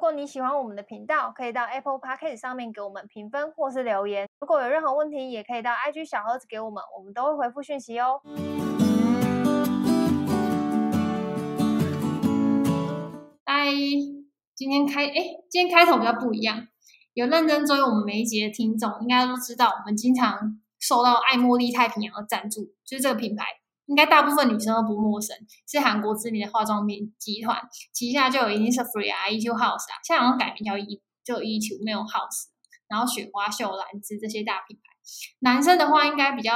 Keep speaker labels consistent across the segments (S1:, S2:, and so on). S1: 果你喜欢我们的频道，可以到 Apple Podcast 上面给我们评分或是留言。如果有任何问题，也可以到 IG 小盒子给我们，我们都会回复讯息哦。
S2: 嗨，今天开哎，今天开头比较不一样。有认真追我们每一集的听众，应该都知道我们经常受到爱茉莉太平洋的赞助，就是这个品牌，应该大部分女生都不陌生，是韩国知名的化妆品集团，旗下就有 Innisfree 啊、EQ House 啊，现在好像改名叫 E 就 EQ 没有 House，然后雪花秀、兰芝这些大品牌。男生的话，应该比较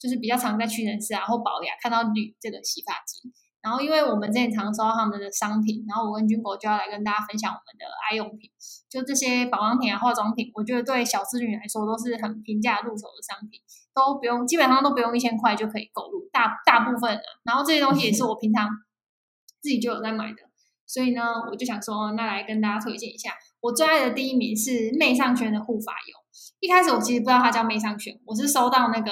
S2: 就是比较常在屈臣氏啊或宝雅看到铝这个洗发精，然后因为我们之前常收到他们的商品，然后我跟军狗就要来跟大家分享我们的爱用品，就这些保养品啊、化妆品，我觉得对小资女来说都是很平价入手的商品，都不用基本上都不用一千块就可以购入，大大部分啊。然后这些东西也是我平常自己就有在买的，所以呢，我就想说，那来跟大家推荐一下，我最爱的第一名是媚尚轩的护发油。一开始我其实不知道它叫媚尚轩，我是收到那个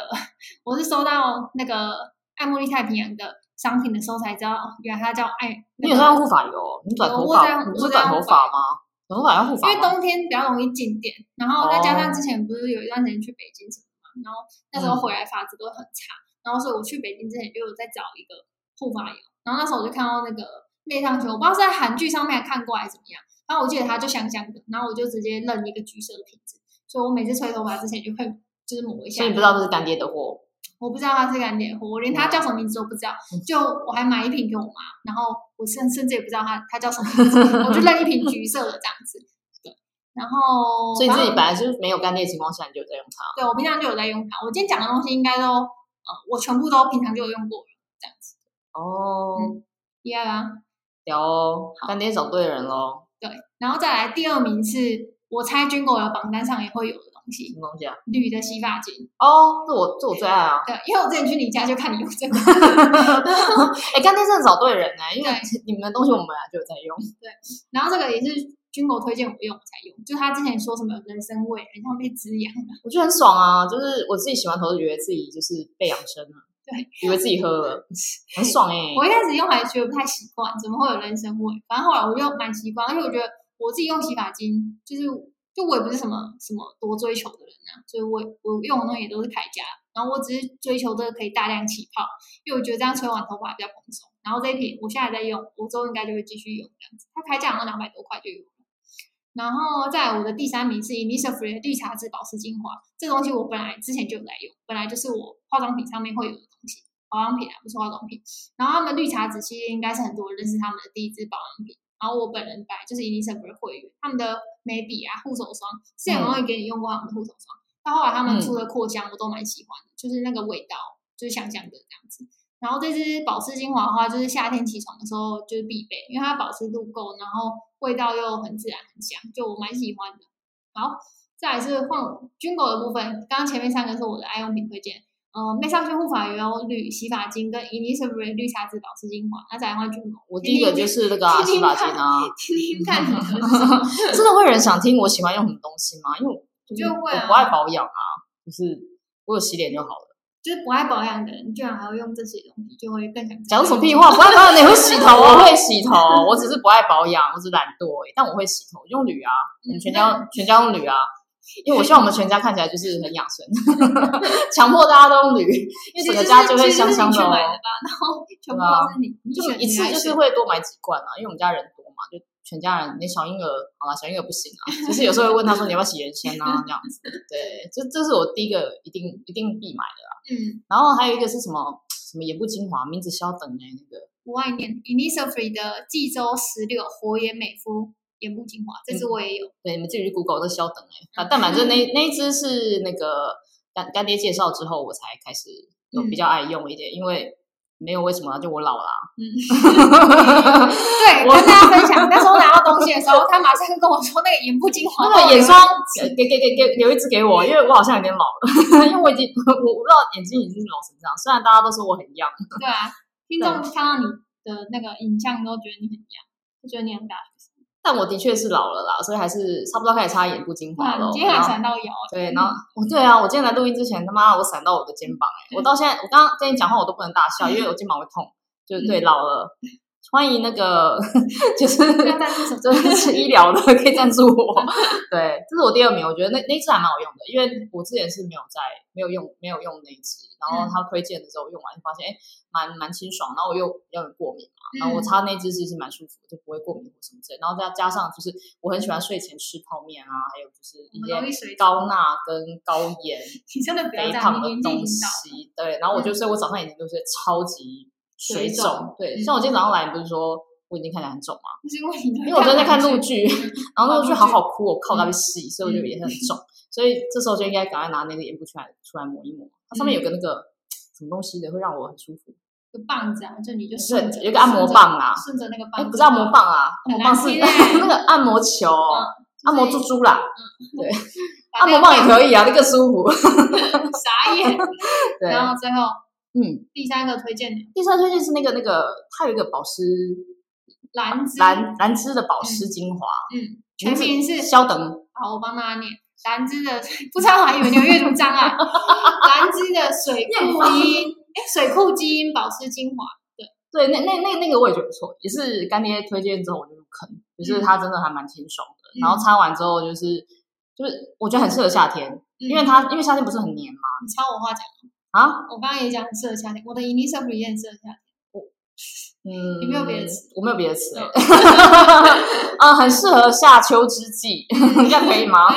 S2: 我是收到那个爱茉莉太平洋的商品的时候才知道，哦，原来它叫爱。
S3: 你有上护发油？你短
S2: 有
S3: 头
S2: 我在
S3: 发？你不
S2: 我
S3: 是
S2: 在
S3: 短
S2: 护
S3: 头发吗？短头发要护
S2: 因
S3: 发
S2: 为
S3: 吗？
S2: 冬天比较容易静电，然后再加
S3: 哦
S2: 上之前不是有一段时间去北京什么嘛，然后那时
S3: 嗯
S2: 候回来发质都很差，然后所以我去北京之前就有在找一个护发油，然后那时候我就看到那个媚上球，我不知道是在韩剧上面还看过还是怎么样，然后我记得它就香香的，然后我就直接认一个橘色的瓶子，所以我每次吹头发之前就会就是抹一下，
S3: 所以你不知道这是干爹的货，
S2: 我不知道它是干点货，我连它叫什么名字都不知道。
S3: 嗯
S2: 就我还买一瓶给我妈，然后我甚甚至也不知道它它叫什么名字，我就认一瓶橘色的这样子。对，然后
S3: 所以自己本
S2: 白。
S3: 来就是没有干爹的情况下，你就在用它。
S2: 对我平常就有在用它。我今天讲的东西应该都呃，我全部都平常就有用过了，这样子。
S3: 哦，
S2: 嗯第二啊，
S3: 屌哦，
S2: 好
S3: 干爹找对人喽，
S2: 对，然后再来第二名是我猜军狗的榜单上也会有的东
S3: 什
S2: 西，
S3: 么东西啊？
S2: 铝的洗发精。
S3: 哦，这我这我最 爱啊！
S2: 对，因为我之前去你家就看你用这个，
S3: 哎，干爹真的找对人呢，因为
S2: 对
S3: 你们的东西我们本来就有在用。
S2: 然后这个也是军狗推荐我用我才用，就他之前说什么人参味，很像被滋养的。
S3: 我觉得很爽啊！就是我自己洗完头，就以为自己就是被养生了，
S2: 对，
S3: 以为自己喝了，很爽哎、
S2: 我一开始用还觉得不太习惯，怎么会有人参味？反正后来我就蛮习惯，而且我觉得我自己用洗发精，就是就我也不是什么什么多追求的人啊，所以我我用的东西也都是凯佳，然后我只是追求这个可以大量起泡，因为我觉得这样吹完头发比较蓬松。然后这一瓶我现在在用，我之后应该就会继续用这样子。它开价好像两百多块就有了。然后在我的第三名是 Innisfree 的绿茶籽保湿精华，这东西我本来之前就有在用，本来就是我化妆品上面会有的东西，保养品啊，不是化妆品。然后他们绿茶籽系列应该是很多人认识他们的第一支保养品。然后我本人本来就是 Innisfree 的会员，他们的眉笔啊、护手霜，之前我也给你用过他们的护手霜，到后来他们出的
S3: 嗯
S2: 扩香我都蛮喜欢的，就是那个味道就是香香的这样子。然后这支保湿精华的话，就是夏天起床的时候就是必备，因为它保湿度够，然后味道又很自然很香，就我蛮喜欢的。好，再来是换我军狗的部分，刚刚前面三个是我的爱用品推荐，呃，媚尚轩护发油、绿洗发精跟 Innisfree 绿茶籽保湿精华，那再来换军狗，
S3: 我第一个
S2: 听
S3: 就
S2: 听
S3: 是那个、啊、
S2: 听
S3: 洗
S2: 听
S3: 发
S2: 看
S3: 精啊，
S2: 听听看你的是什么
S3: 真的会有人想听我喜欢用什么东西吗？因为我就是
S2: 就会啊
S3: 我不爱保养啊，就是我有洗脸就好了。
S2: 就是不爱保养的人，居然还会用这些东西，就会更想
S3: 讲什么 屁话？不爱保养你会洗头，我会洗头，我只是不爱保养，我只是懒惰而已。但我会洗头，用铝啊，我们
S2: 嗯
S3: 全家全家用铝啊，因为我希望我们全家看起来就是很养生， 强迫大家都用铝，因为整个家就会香香
S2: 其实是你去
S3: 的、
S2: 买
S3: 哦
S2: 的。吧，然 后全部都是你，你
S3: 就
S2: 选
S3: 一次
S2: 你来
S3: 就是
S2: 选
S3: 会多买几罐啊，因为我们家人多嘛，就全家人，你小婴儿好了，小婴儿不行啊，就是有时候会问他说你要不要洗人参啊这样子，对，这这是我第一个一定一定必买的啦。
S2: 嗯，
S3: 然后还有一个是什么什么眼部精华，名字稍等哎、那个，
S2: 我爱念 Innisfree 的济州石榴活颜美肤眼部精华，这
S3: 嗯
S2: 支我也有，
S3: 对，你们自己去 Google 这稍等哎、反但反正 那那一支是那个干干爹介绍之后，我才开始有比较爱用一点，因为没有为什么啊、就我老啦、
S2: 对，
S3: 我
S2: 跟大家分 享，那时候拿到东西的时候，他马上跟我说那个眼部精华，
S3: 那个眼霜给给给给留一支给我，因为我好像有点老 了，因为我已经 我我不知道眼睛已经是老成这样。虽然大家都说我很 young，
S2: 对啊，听众看到你的那个影像都觉得你很一样，就觉得你很大学生，
S3: 但我的确是老了啦，所以还是差不多开始擦眼部精华
S2: 哇，
S3: 了
S2: 嗯你。今天还
S3: 然后
S2: 闪到欸腰，
S3: 对，然后我对啊，我今天来录音之前，他妈我闪欸到我
S2: 嗯
S3: 的肩膀哎、我到现在我刚刚跟你讲话我都不能大笑，因为我肩膀会痛，就是对老了。欢迎那个 就是
S2: 要赞助什么
S3: 就是医疗的可以赞助我。 对，这是我第二名，我觉得那那一支还蛮好用的，因为我之前是没有在没有用没有用那一支，然
S2: 嗯
S3: 后他推荐的时候用完就发现哎蛮蛮清爽，然后我又比较有过敏
S2: 嗯
S3: 嘛， 然后我擦那支其实蛮舒服，就不会过敏或什么之类，然后再加上就是我很喜欢睡前吃泡面啊，还有就是一
S2: 我们容易水
S3: 些高钠跟高 盐。
S2: 你真的不要
S3: 肥
S2: 这样，
S3: 胖的
S2: 你年纪已
S3: 东
S2: 经到了，
S3: 西。对，然后我就所以我早上眼睛就是超级水
S2: 水
S3: 肿
S2: 肿。
S3: 对，
S2: 嗯
S3: 像我今天早上来，你不是说我已经看起来很肿吗？
S2: 就是因为你
S3: 因为我昨天在看陆剧， 然后陆剧
S2: 陆剧
S3: 好好哭，我靠，那边洗，所以我就
S2: 嗯
S3: 也很肿。所以这时候就应该赶快拿那个眼部出来出来抹一抹，它上
S2: 嗯
S3: 面有个那个。什么东西的会让我很舒服？
S2: 有个棒子啊，就你就
S3: 就是
S2: 顺着
S3: 有一个按摩棒啊
S2: 顺着顺着那个
S3: 哎，
S2: 棒，
S3: 不是按摩，棒啊，按摩棒是
S2: 很难听欸
S3: 那个按摩球，哦按摩猪猪啦，
S2: 把
S3: 按
S2: 那
S3: 摩
S2: 个
S3: 棒也可以啊，那个舒服。
S2: 傻眼。
S3: 对，
S2: 嗯然后最后
S3: 嗯，
S2: 第三个推荐的
S3: 第三推荐是那个那个，它有一个保湿
S2: 兰芝，
S3: 兰兰芝的保湿精华，
S2: 嗯，全名是
S3: 肖等
S2: 好，我帮大家念。兰芝的， 不知道还以为你有阅读障
S3: 啊
S2: 碍。啊 兰芝的水库基因，哎，水库基因保湿精华，
S3: 对，那那那那个我也觉得不错，也是干爹推荐之后我就入坑，就是它真的还蛮清爽的。
S2: 嗯
S3: 然后擦完之后就是就是我觉得很适合夏天，
S2: 嗯
S3: 因为它因为夏天不是很黏嘛
S2: 你抄我话讲，
S3: 啊，
S2: 我刚刚也讲很适合夏天，我的 Innisfree 也很适合夏天。
S3: 嗯，
S2: 你没有别的词，
S3: 我没有别的词、欸， 啊，很适合夏秋之际，这样可以吗？
S2: 可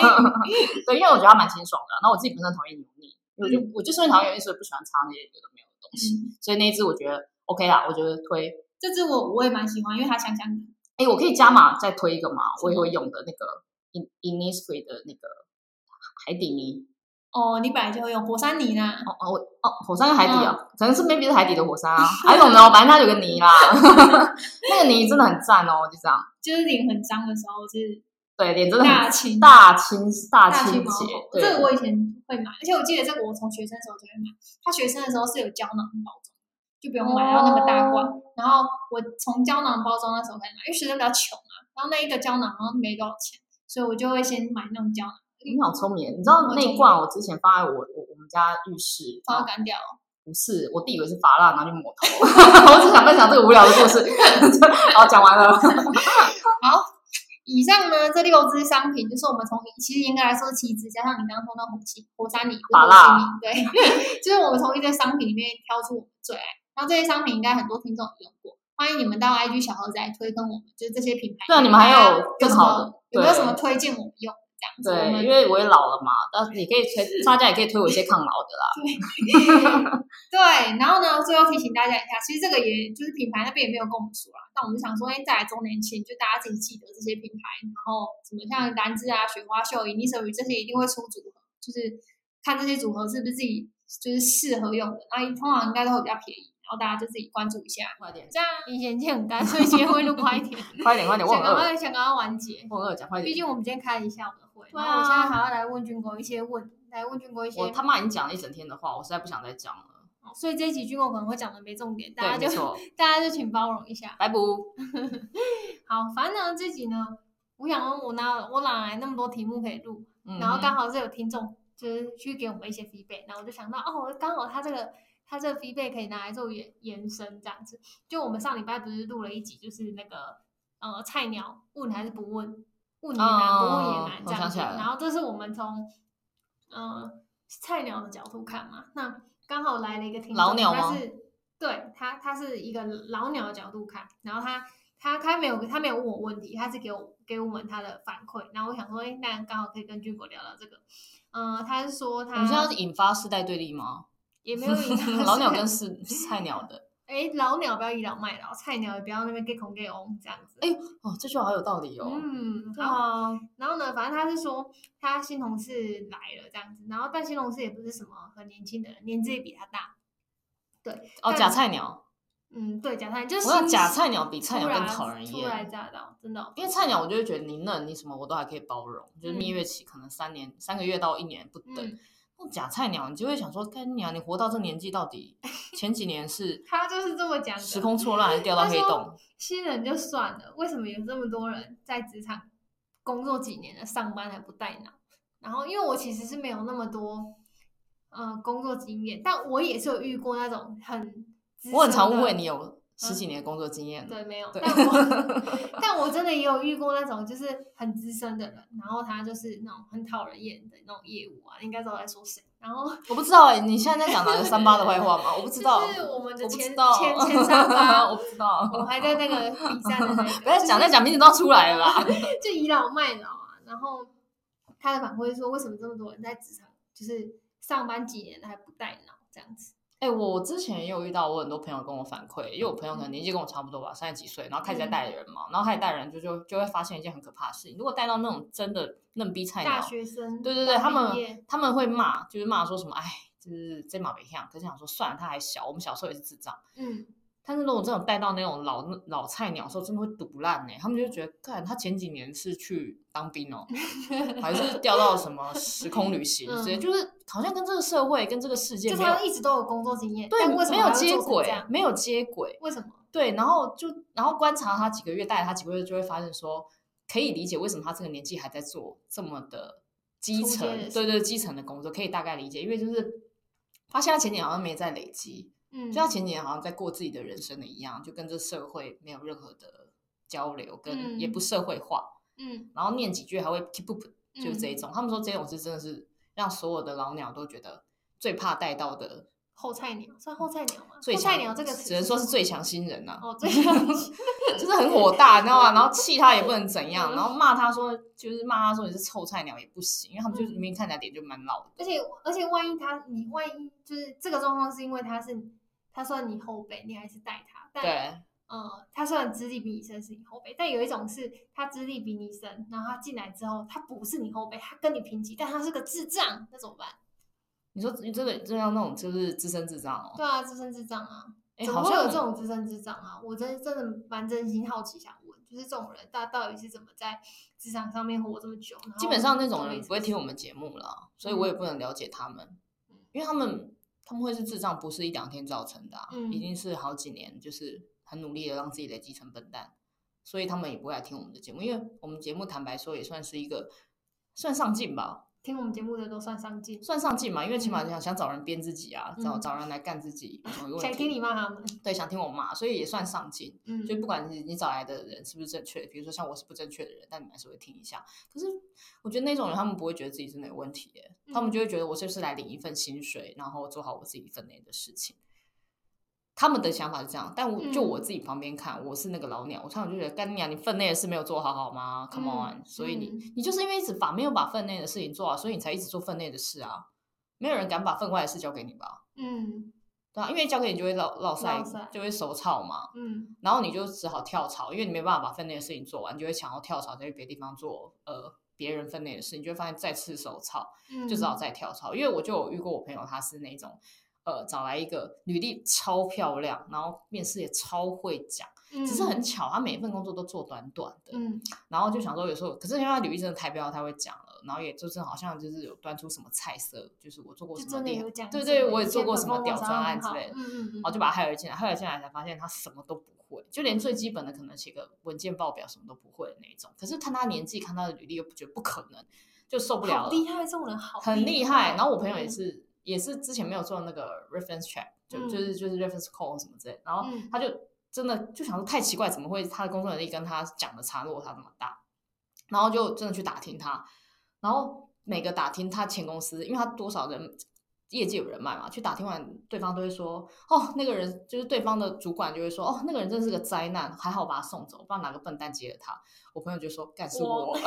S2: 以
S3: 对，因为我觉得它蛮清爽的。啊然后我自己本身很讨厌油腻，我就我就是很讨厌油腻，所以不喜欢擦那些有的没有的东西。
S2: 嗯，
S3: 所以那一支我觉得 OK 啦，我觉得推
S2: 这支我我也蛮喜欢，因为它香香的。
S3: 哎，我可以加码再推一个嘛？我也会用的那个 In Innisfree 的那个海底泥。
S2: 哦，你本来就会用火山泥啊啦，
S3: 哦哦我哦，火山跟海底啊，可能是 maybe 是海底的火山啊，I don't know，反正它有个泥 啦。那个泥真的很赞哦，就这样。
S2: 就是脸很脏的时候是
S3: 对，脸真的
S2: 大
S3: 很
S2: 清
S3: 大清大
S2: 大
S3: 清
S2: 清毛
S3: 洁
S2: 孔。，
S3: 对，
S2: 这个我以前会买，而且我记得这个我从学生的时候就会买。它学生的时候是有胶囊包装，就不用买到那么大罐。
S3: 哦
S2: 然后我从胶囊包装那时候开始买，因为学生比较穷啊，然后那一个胶囊好像没多少钱，所以我就会先买那种胶囊，
S3: 你好聪明，你啊知道那一罐我之前放在我我我们家浴室，
S2: 把它干掉。
S3: 不是，我弟以为是发蜡，然后就抹头。 我只想分享这个无聊的故事。 好，讲完了。
S2: 以上呢，这六支商品就是我们从其实严格来说是七支，加上你刚刚说那火漆火山泥、
S3: 法拉
S2: 不是火漆泥对， 就是我们从一些商品里面挑出我们最爱。然后这些商品应该很多听众有用过，欢迎你们到 IG 小盒子来推跟我们，就是这些品牌。
S3: 对啊你们还有
S2: 有
S3: 更
S2: 什
S3: 好的
S2: 么有没有
S3: 对
S2: 什么推荐我们用？这样子，我
S3: 对，
S2: 们
S3: 因为我也老了嘛，但是也可以推，大家也可以推我一些抗老的 啦。
S2: 对，然后呢，最后提醒大家一下，其实这个也就是品牌那边也没有跟我们说啦，但我们就想说，哎，再来周年庆，就大家自己记得这些品牌，然后什么像兰芝啊、雪花秀、i n i s 这些一定会出组合，就是看这些组合是不是自己就是适合用的，然后通常应该都会比较便宜，然后大家就自己关注一下。
S3: 快点，
S2: 这样以前就很干，所以今天会录快一点，
S3: 快点，快点，我
S2: 想赶
S3: 很饿，
S2: 快想赶快完结。
S3: 我很饿，讲快
S2: 毕
S3: 点。
S2: 竟我们今天开了一下午的会，
S3: 对啊
S2: 然后我现在还要来问军哥一些问，来问军哥一些
S3: 我他妈已经讲了一整天的话，我实在不想再讲了。
S2: 所以这一集军哥可能会讲的没重点，
S3: 对，
S2: 大
S3: 没
S2: 家就
S3: 错，
S2: 大家就请包容一下。
S3: 拜不。
S2: 好，反正呢这集呢，我想问我哪我哪来那么多题目可以录？
S3: 嗯
S2: 然后刚好是有听众就是去给我们一些 feedback，然后我就想到哦，我刚好他这个他这个 feedback 可以拿来做延延伸这样子。就我们上礼拜不是录了一集，就是那个呃菜鸟问还是不问，问也难，不问
S3: 哦
S2: 也难
S3: 我
S2: 这样
S3: 想起
S2: 子。
S3: 来了
S2: 然后这是我们从呃菜鸟的角度看嘛，那刚好来了一个听众，
S3: 老鸟吗
S2: 他是对他他是一个老鸟的角度看，然后他他他没有他没有问我问题，他是给我给我们他的反馈，然后我想说，哎，那刚好可以跟军果聊聊这个。呃，他是说
S3: 我
S2: 他
S3: 们现在是引发世代对 立吗？
S2: 也没有 影响
S3: 老鸟 跟是菜鸟的，
S2: 哎老鸟不要倚老卖老，菜鸟也不要那边 get 空 get on 这样子。
S3: 哎哦，这句话好有道理哦。
S2: 嗯，
S3: 对
S2: 好。
S3: 啊，
S2: 然后呢，反正他是说他新同事来了这样子，然后但新同事也不是什么很年轻的人，年纪也比他大。
S3: 哦，假菜鸟，
S2: 嗯，对，假菜就是
S3: 我想
S2: 新
S3: 假菜鸟比菜鸟
S2: 初
S3: 更
S2: 来
S3: 讨人
S2: 初来
S3: 厌。
S2: 乍到，真的哦、
S3: 因为菜鸟，我就会觉得你嫩，你什么我都还可以包容，就是
S2: 嗯
S3: 蜜月期可能三年、三个月到一年不等。
S2: 嗯，
S3: 那假菜鸟，你就会想说，干你啊，你活到这年纪，到 底前几年是
S2: 他就是这么讲
S3: 时
S2: 的。
S3: 空错乱，还是掉到黑洞？
S2: 新人就算了，为什么有这么多人在职场工作几年了，上班还不带脑？然后，因为我其实是没有那么多呃工作经验，但我也是有遇过那种很资
S3: 我很
S2: 深
S3: 常
S2: 的嗯
S3: 误会你有十几年的工作经验了。
S2: 对，没有。
S3: 对
S2: 但 我但我真的也有遇过那种就是很资深的人，然后他就是那种很讨人厌的那种业务啊，你应该知道我在说谁。然后
S3: 我不知道哎，你现在在讲哪个三八的坏话吗？我不知道，
S2: 就是我们的
S3: 我不
S2: 前
S3: 知道，
S2: 前前 三八，
S3: 我不知道。
S2: 我还在那个比赛的那个，
S3: 不要讲，再讲名字都要出来了啦。
S2: 就倚老卖老啊。然后他的反馈是说，为什么这么多人在职场就是上班几年了还不带脑这样子？
S3: 哎、我之前也有遇到，我很多朋友跟我反馈，因为我朋友可能年纪跟我差不多吧，三十几岁，然后开
S2: 嗯
S3: 始在带人嘛，然后开始带人就就就会发现一件很可怕的事情，如果带到那种真的嫩逼菜
S2: 大
S3: 鸟，
S2: 学生
S3: 对对对，他
S2: 刚毕
S3: 们
S2: 业
S3: 他们会骂，就是骂说什么，哎，就是这马没样，可是想说算了，他还小，我们小时候也是智障。
S2: 嗯，
S3: 但是如果这种带到那种老老菜鸟的时候，真的会堵烂欸呢。他们就觉得，看他前几年是去当兵 哦，还是调到什么时空旅行之类，
S2: 嗯
S3: 就是好像跟这个社会、跟这个世界
S2: 就
S3: 没有
S2: 他一直都有工作经验，
S3: 对
S2: 但为什么
S3: 没有
S2: 还会
S3: 接
S2: 做成这
S3: 轨
S2: 样，
S3: 没有接轨。
S2: 为什么？
S3: 对，然后就然后观察他几个月，带他几个月，就会发现说，可以理解为什么他这个年纪还在做这么的基
S2: 初阶
S3: 层
S2: 的，事
S3: 对对，基层的工作可以大概理解，因为就是他现在前几年好像没在累积，
S2: 嗯，
S3: 就他前几年好像在过自己的人生的一样，就跟这社会没有任何的交流，跟
S2: 嗯
S3: 也不社会化，
S2: 嗯，
S3: 然后念几句还会 keep up，
S2: 嗯
S3: 就这一种。他们说这种是真的是让所有的老鸟都觉得最怕带到的
S2: 后菜鸟算后菜鸟吗？
S3: 最
S2: 后
S3: 强
S2: 菜鸟这个词
S3: 只能说是最强新人呐、啊
S2: 哦，最强
S3: 就是很火大，你知道吗？然后气他也不能怎样，然后骂他说就是骂他说你是臭菜鸟也不行，因为他们就是明明看起来脸就蛮老的，
S2: 而且而且万一他你万一就是这个状况是因为他是他算你后辈，你还是带他，但
S3: 对。
S2: 呃，他虽然资历比你深是你后辈，但有一种是他资历比你深，然后他进来之后他不是你后辈，他跟你平级，但他是个智障，那怎么办？
S3: 你说这个就像那种就是自生自长哦，
S2: 对啊，资深智障啊，
S3: 哎，
S2: 怎么
S3: 好
S2: 会有
S3: 像
S2: 这种资深智障啊？我真真的蛮真心好奇想问，就是这种人他到底是怎么在职场上面活这么久？然后
S3: 基本上那
S2: 都
S3: 种
S2: 没
S3: 人
S2: 什
S3: 不会
S2: 么
S3: 听我
S2: 事
S3: 们节目啦，所以
S2: 嗯
S3: 我也不能了解他们，因为他们他们会是智障，不是一两天造成的、啊，
S2: 嗯
S3: 一定是好几年，就是很努力的让自己累积成笨蛋，所以他们也不会来听我们的节目，因为我们节目坦白说也算是一个算上进吧，
S2: 听我们节目的都算上进，
S3: 算上进嘛，因为起码
S2: 嗯
S3: 想想找人编自己啊，找
S2: 嗯
S3: 找人来干自己，有问
S2: 想
S3: 题
S2: 听你骂他们，
S3: 对想听我骂，所以也算上进。
S2: 嗯，
S3: 就不管是你找来的人是不是正确，比如说像我是不正确的人，但你们还是会听一下。可是我觉得那种人他们不会觉得自己真的有问题耶，他们
S2: 嗯
S3: 就会觉得我就是来领一份薪水，然后做好我自己分内的事情。他们的想法是这样，但我就
S2: 嗯
S3: 我自己旁边看，我是那个老鸟，我常常就觉得干你娘，你分内的事没有做好好吗？Come
S2: 嗯
S3: on，、所以你、
S2: 嗯
S3: 你就是因为一直把没有把分内的事情做好，所以你才一直做分内的事啊，没有人敢把分外的事交给你吧？
S2: 嗯
S3: 对啊，因为交给你就会落落塞
S2: 落塞，
S3: 就会手操嘛。
S2: 嗯
S3: 然后你就只好跳槽，因为你没办法把分内的事情做完，你就会想要跳槽再去别的地方做呃别人分内的事，你就会发现再次手操，
S2: 嗯，
S3: 就只好再跳槽。因为我就有遇过我朋友，他是那种呃找来一个履历超漂亮，然后面试也超会讲，
S2: 嗯，
S3: 只是很巧，他每一份工作都做短短的，
S2: 嗯
S3: 然后就想说有时候，可是因为他履历真的太漂亮，他会讲了，然后也就是好像就是有端出什么菜色，就是我做过
S2: 就
S3: 什么
S2: 真的
S3: 厉害
S2: 有讲，
S3: 对对，我也做过什么屌专案之类的，哦
S2: 嗯嗯嗯，
S3: 然后就把他害了进来，害了进来才发现他什么都不会，就连最基本的可能写个文件报表什么都不会的那一种。可是看他年纪，看他的履历，又不觉得不可能，就受不了
S2: 好
S3: 了，
S2: 厉害，这种人好
S3: 很厉害。然后我朋友也
S2: 嗯
S3: 是，也是之前没有做那个 reference check，就、
S2: 嗯
S3: 就是就是 reference call 什么之类的，然后
S2: 嗯
S3: 他就真的就想说太奇怪，怎么会他的工作能力跟他讲的差落差那么大？然后就真的去打听他，然后每个打听他前公司，因为他多少人业界有人脉嘛，去打听完对方都会说，哦，那个人就是对方的主管就会说，哦，那个人真是个灾难，还好把他送走，不知道哪个笨蛋接了他。我朋友就说，干是我，哦
S2: 我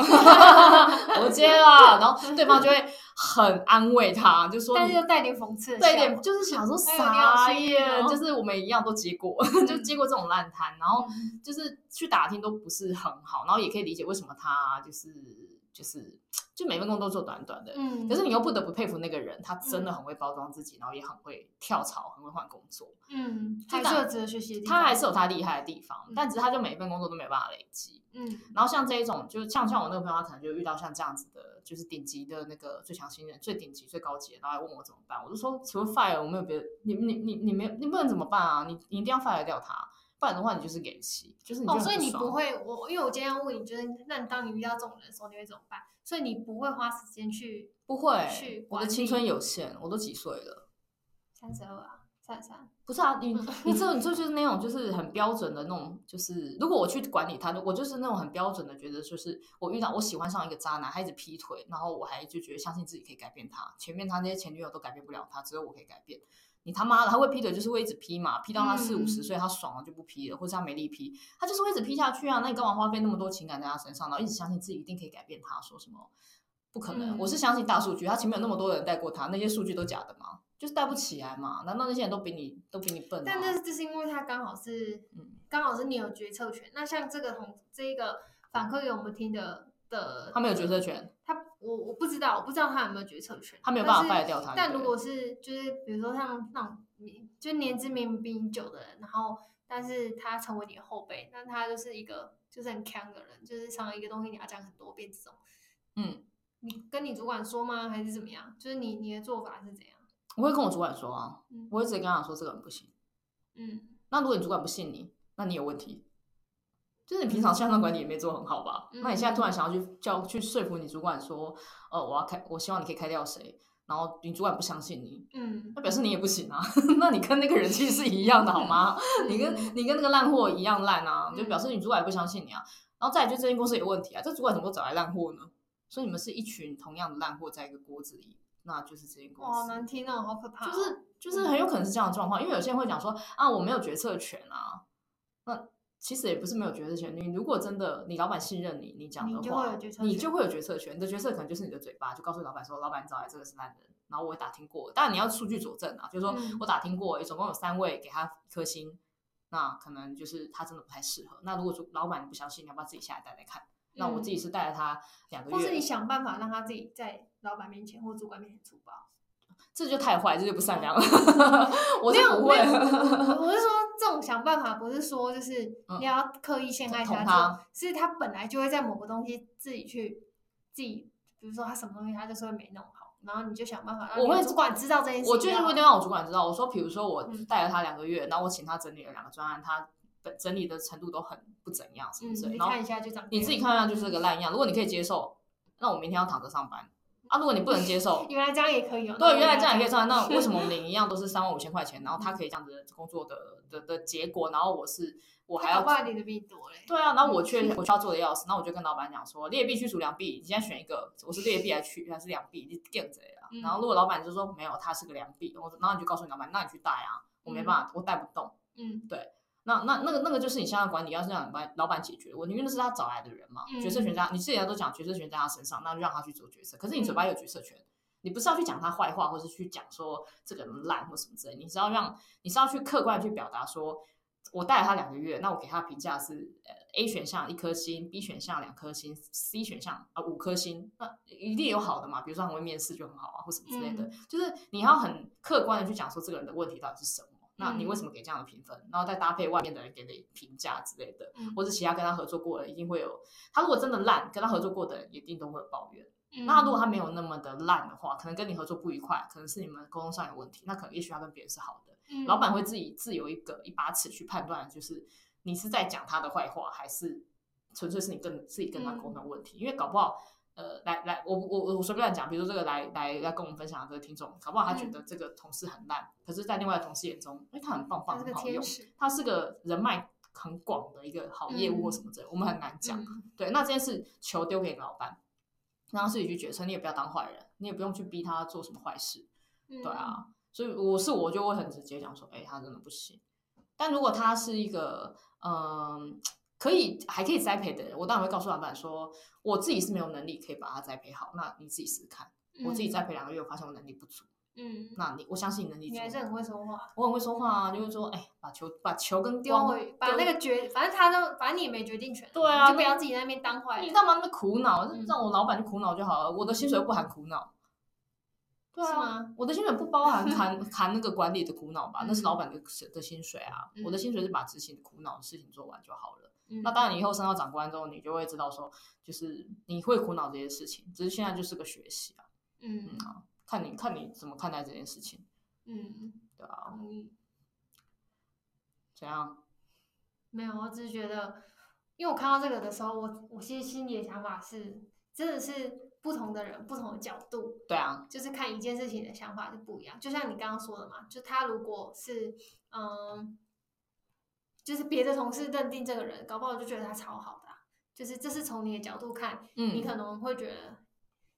S3: 我接了，然后对方就会很安慰他，就说
S2: 但
S3: 你
S2: 是又带点讽刺的笑
S3: 对
S2: 话，
S3: 点就是想说
S2: 哎呦你好
S3: 傻
S2: 幸运
S3: 耶，
S2: 哦
S3: 就是我们一样都接过，就
S2: 嗯
S3: 接过这种烂摊，然后
S2: 嗯
S3: 就是去打听都不是很好，然后也可以理解为什么他就是就是就每份工都做短短的，
S2: 嗯，
S3: 可是你又不得不佩服那个人，他真的很会包装自己，然后也很会跳槽，很会换工作，
S2: 嗯，
S3: 就
S2: 还
S3: 打
S2: 是有值得学习的地方，
S3: 他还是有他厉害的地方
S2: 嗯，
S3: 但只是他就每一份工作都没有办法累积。
S2: 嗯
S3: 然后像这一种，就是像像我那个朋友，他可能就遇到像这样子的，就是顶级的那个最强新人、最顶级、最高级的，然后来问我怎么办，我就说，请问 fire 我没有别的，你你你你没有，你不能怎么办啊？你你一定要 fire 掉他，不然的话你就是给息，就是你就
S2: 哦，
S3: 很
S2: 所以你
S3: 爽
S2: 不会，我因为我今天要问你，就是那你当你遇到这种人的时候，你会怎么办？所以你不会花时间去
S3: 不会
S2: 去，
S3: 我
S2: 管
S3: 的
S2: 理
S3: 青春有限，我都几岁了。
S2: 三十二啊，
S4: 算算，
S3: 不是啊，你你这你这就是那种就是很标准的那种，就是如果我去管理他，我就是那种很标准的，觉得就是我遇到我喜欢上一个渣男，他一直劈腿，然后我还就觉得相信自己可以改变他，前面他那些前女友都改变不了他，只有我可以改变。你他妈的，他会劈腿就是会一直劈嘛，劈到他四五十岁，他爽了就不劈了，或者他没力劈，他就是会一直劈下去啊。那你干嘛花费那么多情感在他身上，然后一直相信自己一定可以改变他？说什么不可能？
S4: 嗯
S3: 我是相信大数据，他前面有那么多人带过他，那些数据都假的嘛，就是带不起来嘛。难道那些人都比你都比你笨、啊？
S2: 但这这是因为他刚好是
S3: 嗯
S2: 刚好是你有决策权。那像这个同这一个访客给我们听的的，
S3: 他没有决策权，
S2: 他我我不知道，我不知道他有没有决策权，
S3: 他没有办法
S2: 但
S3: fire
S2: 是
S3: 掉他。
S2: 但
S3: 对
S2: 如
S3: 不
S2: 果是就是比如说像那种你就年资明明比你久的人，然后但是他成为你的后辈，那他就是一个就是很强的人，就是常常一个东西你要讲很多遍这种，
S3: 对嗯，
S2: 你跟你主管说吗？还是怎么样？就是你你的做法是怎样？
S3: 我会跟我主管说啊，
S2: 嗯
S3: 我会直接跟他讲说这个人不行。
S2: 嗯
S3: 那如果你主管不信你，那你有问题。就是你平常向上管理也没做很好吧？
S2: 嗯
S3: 那你现在突然想要去叫去说服你主管说，呃，我要开，我希望你可以开掉谁，然后你主管不相信你，
S2: 嗯，
S3: 那表示你也不行啊。那你跟那个人气是一样的好吗？ 你跟你跟那个烂货一样烂啊，就表示你主管也不相信你啊。然后再来就这间公司有问题啊，这主管怎么会找来烂货呢？所以你们是一群同样的烂货在一个锅子里，那就是这间公
S2: 哇，好
S3: 司。
S2: 难听哦，好可怕哦、
S3: 就是就是很有可能是这样的状况，因为有些人会讲说啊，我没有决策权啊，那其实也不是没有决策权。你如果真的你老板信任你，你讲的
S2: 你就
S3: 话
S2: 会有决，策
S3: 你
S2: 权
S3: 就会有决策权。你的决策可能就是你的嘴巴，就告诉老板说，老板你找来这个是烂人，然后我也打听过，当然你要数据佐证啊，就是说
S2: 嗯
S3: 我打听过，总共有三位给他一颗星，那可能就是他真的不太适合。那如果主老板你不相信，你要不要自己下来带带看？那我自己是带了他两个
S2: 嗯
S3: 月，
S2: 或是你想办法让他自己在老板面前或主管面前出包。
S3: 这就太坏，这就不善良了。 我
S2: 嗯没
S3: 是
S2: 有
S3: 不会
S2: 没。有 我我是说，这种想办法不是说就是
S3: 嗯
S2: 你要刻意陷害
S3: 捅
S2: 他，
S3: 他
S2: 是他本来就会在某个东西自己去自己，比如说他什么东西他就是会没弄好，然后你就想办法让
S3: 我
S2: 你的
S3: 会
S2: 主管知道这件事。啊
S3: 我就是会让我主管知道，我说，比如说我
S2: 嗯
S3: 带了他两个月，然后我请他整理了两个专案，他本整理的程度都很不怎样，是
S2: 嗯，
S3: 不是？
S2: 你
S3: 然后
S2: 看一下就长这样。，
S3: 你自己看一下就是个烂样。如果你可以接受，那我明天要躺着上班啊。如果你不能接 受
S2: 原来这样也可以哦。
S3: 对，原来这样也可以上班，那为什么领一样都是三万五千块钱，然后他
S2: 嗯
S3: 可以这样子工作的的的结果，然后我是我
S2: 我
S3: 还要
S2: 爸领的比你多嘞。
S3: 对啊，然后我却我却要做的要死，那我就跟老板讲说，劣币驱逐良币，你现在选一个，我是劣币还去还是良币，你垫着呀。
S2: 嗯
S3: 然后如果老板就说没有，他是个良币，我然后你就告诉你老板，那你去带啊，我没办法，我带不动。
S2: 嗯
S3: 那那那个那个就是你现在管理要是让老板老板解决，我因为那是他找来的人嘛，
S2: 嗯
S3: 决策权在他你之前都讲决策权在他身上，那就让他去做决策。可是你嘴
S2: 嗯
S3: 巴有决策权，你不是要去讲他坏话，或是去讲说这个人烂或什么之类，你是要让你是要去客观的去表达说，我带了他两个月，那我给他的评价是呃 A 选项一颗星，B 选项两颗星，C 选项啊、呃五颗星，那一定有好的嘛，比如说很会面试就很好啊，或什么之类的，就是你要很客观的去讲说这个人的问题到底是什么。那你为什么给这样的评分？然后再搭配外面的人给的评价之类的，
S2: 嗯
S3: 或者其他跟他合作过的人，一定会有。他如果真的烂，跟他合作过的人一定都会有抱怨。
S2: 嗯
S3: 那如果他没有那么的烂的话，可能跟你合作不愉快，可能是你们沟通上有问题，那可能也许他跟别人是好的。
S2: 嗯
S3: 老板会自己自有一个一把尺去判断，就是你是在讲他的坏话，还是纯粹是你跟自己跟他
S2: 嗯
S3: 沟通的问题？因为搞不好，呃，来来，我我我随便乱讲，比如说这个来来来跟我们分享的这个听众，搞不好他
S2: 嗯
S3: 觉得这个同事很烂，可是，在另外的同事眼中，哎，他很棒棒，
S2: 他是
S3: 很
S2: 个
S3: 好用
S2: 天，使。
S3: 他是个人脉很广的一个好业务或什么之类，我们很难讲。
S2: 嗯
S3: 对，那这件事球丢给老板，让他自己去决策，你也不要当坏人，你也不用去逼他做什么坏事。对，啊，所以我是我就会很直接讲说，哎、他真的不行。但如果他是一个嗯、可以还可以栽培的人，我当然会告诉老板说，我自己是没有能力可以把他栽培好，那你自己试试看。我自己栽培两个月，我发现我能力不足，
S2: 嗯，嗯
S3: 那你我相信你能力
S2: 你
S3: 足。
S2: 还是很会说话。
S3: 我很会说话啊，就是说，哎、把球把球跟
S2: 丢
S3: 光
S2: 回，把那个决，反正他都，反正你也没决定权，
S3: 对啊
S2: 你就不要自己在那边当坏
S3: 你
S2: 人。
S3: 干嘛那么苦恼？
S2: 嗯
S3: 让我老板去苦恼就好了，我的薪水又不含苦恼。对
S2: 是
S3: 啊
S2: 吗，
S3: 我的薪水不包含含 含那个管理的苦恼吧？那是
S2: 嗯
S3: 老板的的薪水啊，我的
S2: 嗯
S3: 薪水是把执行的苦恼的事情做完就好了。
S2: 嗯
S3: 那当然，你以后升到长官之后，你就会知道说，就是你会苦恼这些事情，只是现在就是个学习啊，
S2: 嗯
S3: 嗯啊，看你看你怎么看待这件事情，
S2: 嗯，
S3: 对啊，
S2: 同意。
S3: 怎样？
S2: 没有，我只是觉得，因为我看到这个的时候，我我其实心里的想法是，真的是不同的人、不同的角度，
S3: 对啊，
S2: 就是看一件事情的想法是不一样。就像你刚刚说的嘛，就他如果是嗯，就是别的同事认定这个人，搞不好就觉得他超好的啊、就是这是从你的角度看，你
S3: 嗯，
S2: 可能会觉得，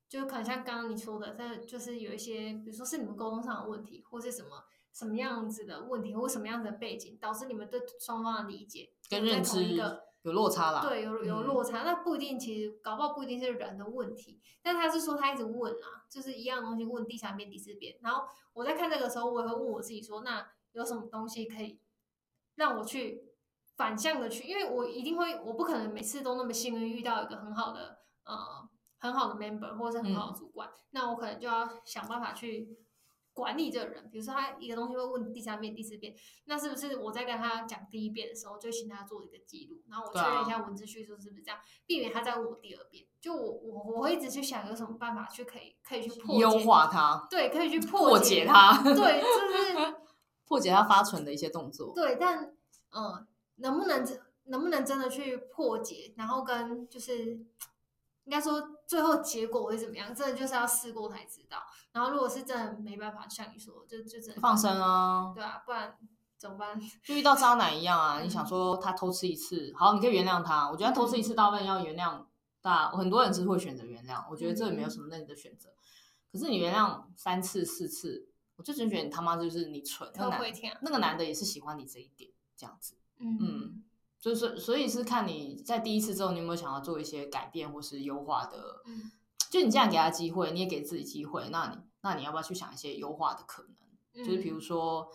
S2: 就可能像刚刚你说的，但就是有一些，比如说是你们沟通上的问题，或是什么什么样子的问题，或什么样子的背景，导致你们对双方的理解
S3: 跟
S2: 不在
S3: 认
S2: 同
S3: 知
S2: 一个
S3: 有落差啦。
S2: 对，有有
S3: 嗯
S2: 落差，那不一定，其实搞不好不一定是人的问题，但他是说他一直问啊，就是一样的东西问第三遍、第四遍，然后我在看这个的时候，我也会问我自己说，那有什么东西可以让我去反向的去，因为我一定会，我不可能每次都那么幸运遇到一个很好的呃很好的 member 或者是很好的主管，那我可能就要想办法去。管理这个人，比如说他一个东西会问第三遍、第四遍，那是不是我在跟他讲第一遍的时候，就请他做一个记录，然后我确
S3: 对啊
S2: 认一下文字叙述是不是这样，避免他再问我第二遍。就我我我会一直去想有什么办法去可以可以去破解
S3: 优化，它，
S2: 对，可以去破
S3: 破解，它，
S2: 对， 就是
S3: 破解它发蠢的一些动作。
S2: 对，但呃，能不能真能不能真的去破解，然后跟就是应该说最后结果会怎么样，真的就是要试过才知道。然后如果是真的没办法，就像你说的，就就只能
S3: 放生啊，
S2: 对啊，不然怎么 办？
S3: 就遇到渣男一样啊！你想说他偷吃一次，好，你可以原谅他。我觉得他偷吃一次，大部分要原谅大，很多人是会选择原谅。我觉得这也没有什么那你的选择。可是你原谅三次、四次，我就真觉得你他妈就是你蠢。那
S2: 他
S3: 个
S2: 会
S3: 男
S2: 听，
S3: 那个男的也是喜欢你这一点，这样子。
S2: 嗯
S3: 所以所以所以是看你在第一次之后，你有没有想要做一些改变或是优化的？
S2: 嗯
S3: 就你这样给他机会，你也给自己机会，那你那你要不要去想一些优化的可能？
S2: 嗯，
S3: 就是比如说，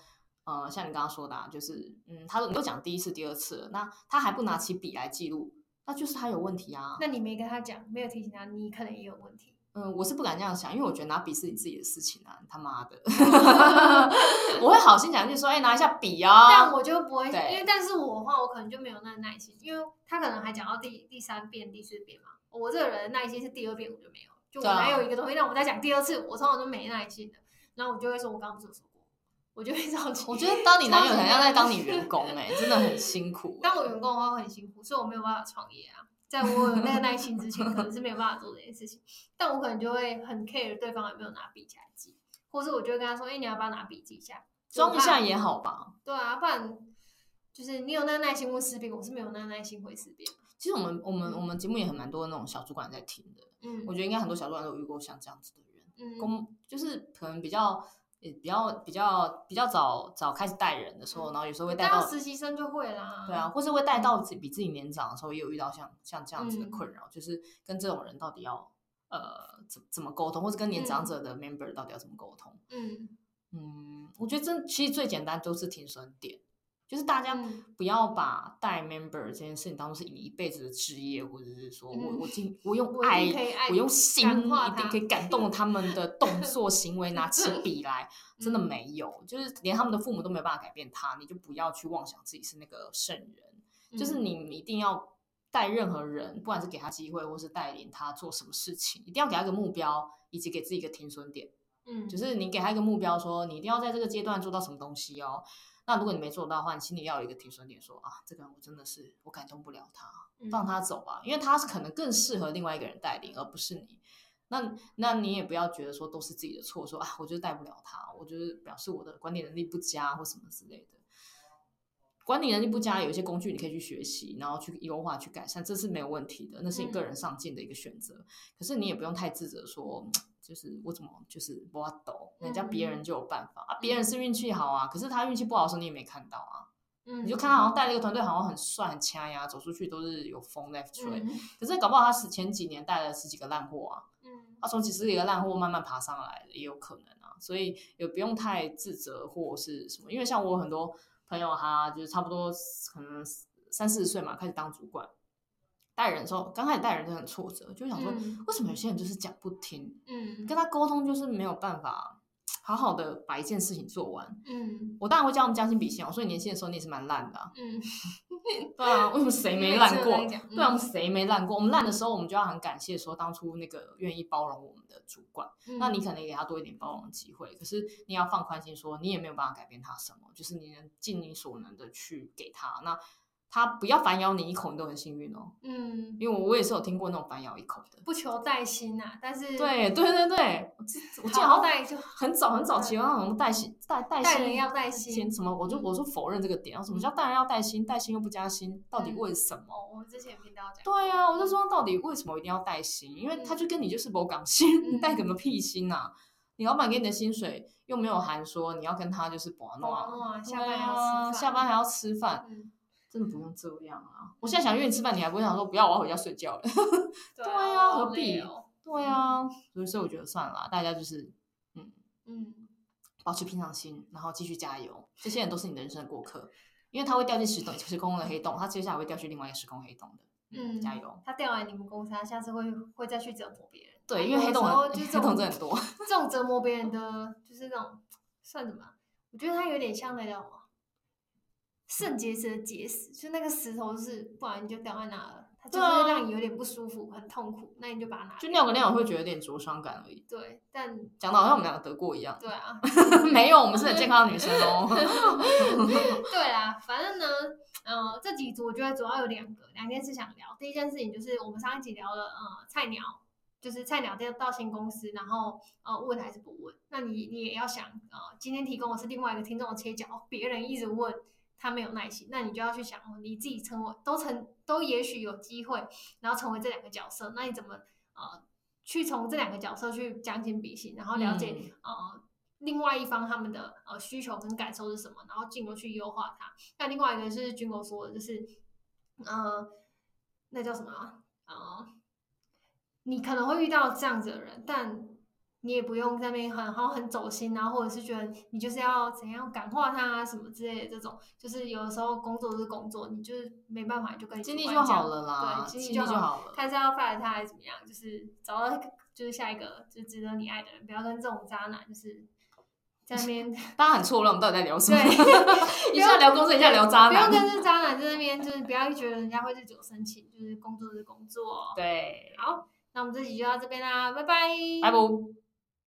S3: 呃，像你刚刚说的、啊，就是嗯，他都你都讲第一次、第二次了，那他还不拿起笔来记录，那就是他有问题啊。
S2: 那你没跟他讲，没有提醒他，你可能也有问题。
S3: 嗯、我是不敢这样想，因为我觉得拿笔是你自己的事情啊，你他妈 的，我会好心讲一句说，哎、拿一下笔
S2: 但
S3: 啊。
S2: 我就不会，因
S3: 对
S2: 为但是我的话，我可能就没有那个耐心，因为他可能还讲到第第三遍、第四遍嘛。我这个人耐心是第二遍我就没有，就我
S3: 对啊
S2: 哪有一个东西让我再讲第二次，我通常都没耐心的。然后我就会说，我刚刚不是有说过，我就会 这样。
S3: 我觉得当你男友
S2: 超级
S3: 很像在当你 员工、哎，真的很辛苦、欸
S2: 当我员工的话会很辛苦，所以我没有办法创业啊。在我有那个耐心之前，可能是没有办法做这件事情。但我可能就会很 care 对方有没有拿笔起来记，或是我就会跟他说：“哎、你要不要拿笔记一下？”
S3: 装一下
S2: 也。
S3: 也好吧。
S2: 对啊，不然就是你有那个耐心问四遍，我是没有那个耐心回四遍。
S3: 其实我们我们我们节目也很蛮多那种小主管在听的，
S2: 嗯，
S3: 我觉得应该很多小主管都有遇过像这样子的人。
S2: 嗯
S3: 公就是可能比较也比较比较比较早早开始带人的时候，
S2: 嗯
S3: 然后有时候会带
S2: 当
S3: 到
S2: 实习生就会啦。
S3: 对啊，，或是会带到自己比自己年长的时候，也有遇到像像这样子的
S2: 嗯
S3: 困扰，就是跟这种人到底要呃怎怎么沟通，或是跟年长者的 member 到底要怎么沟通？
S2: 嗯
S3: 嗯，我觉得真其实最简单都是停损点，就是大家
S2: 嗯
S3: 不要把带 member 这件事情当做是你一辈子的职业，或者是说我
S2: 嗯
S3: 我今我用
S2: 我
S3: 爱
S2: 一定可以爱
S3: 我用心
S2: 感化
S3: 一定
S2: 他
S3: 可以感动他们的 动作行为，拿起笔来，真的
S2: 嗯
S3: 没有，就是连他们的父母都没有办法改变他，你就不要去妄想自己是那个圣人，就是
S2: 嗯
S3: 你一定要带任何人，不管是给他机会，或是带领他做什么事情，一定要给他一个目标，以及给自己一个停损点，
S2: 嗯，
S3: 就是是你给他一个目标，说你一定要在这个阶段做到什么东西哦。那如果你没做到的话，你心里要有一个停损点说啊，这个人我真的是我感动不了他，放他走吧，因为他是可能更适合另外一个人带领，而不是你。那那你也不要觉得说都是自己的错，说啊，我就是带不了他，我就是表示我的管理能力不佳或什么之类的。管理能力不佳，有一些工具你可以去学习，然后去优化、去改善，这是没有问题的，那是你个
S2: 嗯
S3: 人上进的一个选择。可是你也不用太自责说，就是我怎么就是我抖，人家别人就有办法、啊，别人是运气好啊，可是他运气不好的时候你也没看到啊。
S2: 你
S3: 你就看他好像带了一个团队，好像很帅很掐呀，走出去都是有风在吹。
S2: 嗯
S3: 可是搞不好他是前几年带了十几个烂货啊，
S2: 嗯
S3: 他从几十个烂货慢慢爬上来的也有可能啊，所以也不用太自责或是什么。因为像我很多朋友，他就是差不多可能三四十岁嘛，开始当主管，带人的时候，刚开始带人真的很挫折，就想说、
S2: 嗯
S3: 为什么有些人就是讲不听，
S2: 嗯
S3: 跟他沟通就是没有办法好好的把一件事情做完。
S2: 嗯
S3: 我当然会教他们将心比心哦，所以年轻的时候你也是蛮烂的、啊。
S2: 嗯，
S3: 对啊，为什么谁没
S2: 因
S3: 烂
S2: 为
S3: 过
S2: 这样？讲
S3: 对啊，我们谁没烂过？我们烂的时候，我们就要很感谢说当初那个愿意包容我们的主管。
S2: 嗯
S3: 那你可能也给他多一点包容的机会，可是你要放宽心说，你也没有办法改变他什么，就是你能尽你所能的去给他。那它不要反咬你一口，你都很幸运哦。
S2: 嗯，
S3: 因为我我也是有听过那种反咬一口的。
S2: 不求在心呐、但是
S3: 对对对对，我记我记得
S2: 好
S3: 好
S2: 好
S3: 像
S2: 歹就
S3: 很早很早期，好像带薪带带
S2: 待人
S3: 薪
S2: 要带
S3: 薪
S2: 薪。嗯
S3: 什么，我就我就否认这个点。什么叫带人要带薪？带薪又不加薪，到底为什么？
S2: 哦，我们之前听到讲，
S3: 对啊，我就说到底为什么一定要带薪？因为他就跟你就是某港薪，
S2: 嗯
S3: 你带什么屁薪啊？你老板给你的薪水又没有含说你要跟他就是保暖
S2: 哇
S3: 啊，
S2: 哇，
S3: 对
S2: 下班还要吃
S3: 啊
S2: 饭
S3: 下班还要吃饭，
S2: 嗯，
S3: 真的不用这样啊！我现在想约你吃饭，你还不会想说不要，我要回家睡觉了。
S2: 对
S3: 对啊
S2: 好
S3: 何必
S2: 累哦
S3: 对啊，所以所以我觉得算了啦，大家就是
S2: 嗯，
S3: 保持平常心，然后继续加油。这些人都是你人生的过客，因为他会掉进时空时空的黑洞，他接下来会掉去另外一个时空黑洞的。
S2: 嗯
S3: 加油！
S2: 他调来你们公司，他下次会会再去折磨别人。
S3: 对，因为黑洞
S2: 有的时候
S3: 很
S2: 就这
S3: 黑洞
S2: 种
S3: 真的很多。
S2: 这种折磨别人的，就是那种算什么啊？我觉得他有点像那种肾结石的结石，就那个石头是不然你就掉在那了，它就是
S3: 对啊
S2: 会让你有点不舒服，很痛苦，那你就把它拿
S3: 就
S2: 掉。
S3: 尿个尿会觉得有点灼伤感而已，
S2: 对，但
S3: 讲的好像我们两个得过一样。
S2: 对啊，
S3: 没有，我们是很健康的女生哦。
S2: 对啦，反正呢，呃，这几组我觉得主要有两个两件事想聊。第一件事情就是我们上一集聊了，呃，菜鸟就是菜鸟到新公司，然后呃问还是不问？那你你也要想，呃，今天提供的是另外一个听众的切角，别人一直问。他没有耐心，那你就要去想，哦，你自己成为都成都也许有机会，然后成为这两个角色，那你怎么呃去从这两个角色去将心比心，然后了解、
S3: 嗯
S2: 呃另外一方他们的呃需求跟感受是什么，然后进而去优化它。那另外一个是军狗说的，就是呃那叫什么啊、呃，你可能会遇到这样子的人，但你也不用在那边很好很走心啊，或者是觉得你就是要怎样感化他啊什么之类的这种，就是有的时候工作是工作，你就是没办法就跟你
S3: 尽
S2: 主
S3: 力
S2: 管
S3: 就好
S2: 讲
S3: 了啦，
S2: 对，
S3: 尽
S2: 经
S3: 力
S2: 历就好了。
S3: 好了。
S2: 看是要 fire 他还是怎么样，就是找到就是下一个就值得你爱的人，不要跟这种渣男就是在那边
S3: 大家很错乱，我们到底在聊什么？
S2: 对
S3: 一下聊工作，一下聊渣
S2: 不要
S3: 男。
S2: 跟这渣男在那边就是不要觉得人家会日久生情，就是工作是工作。
S3: 对，
S2: 好，那我们这集就到这边啦，拜拜，
S3: 拜拜。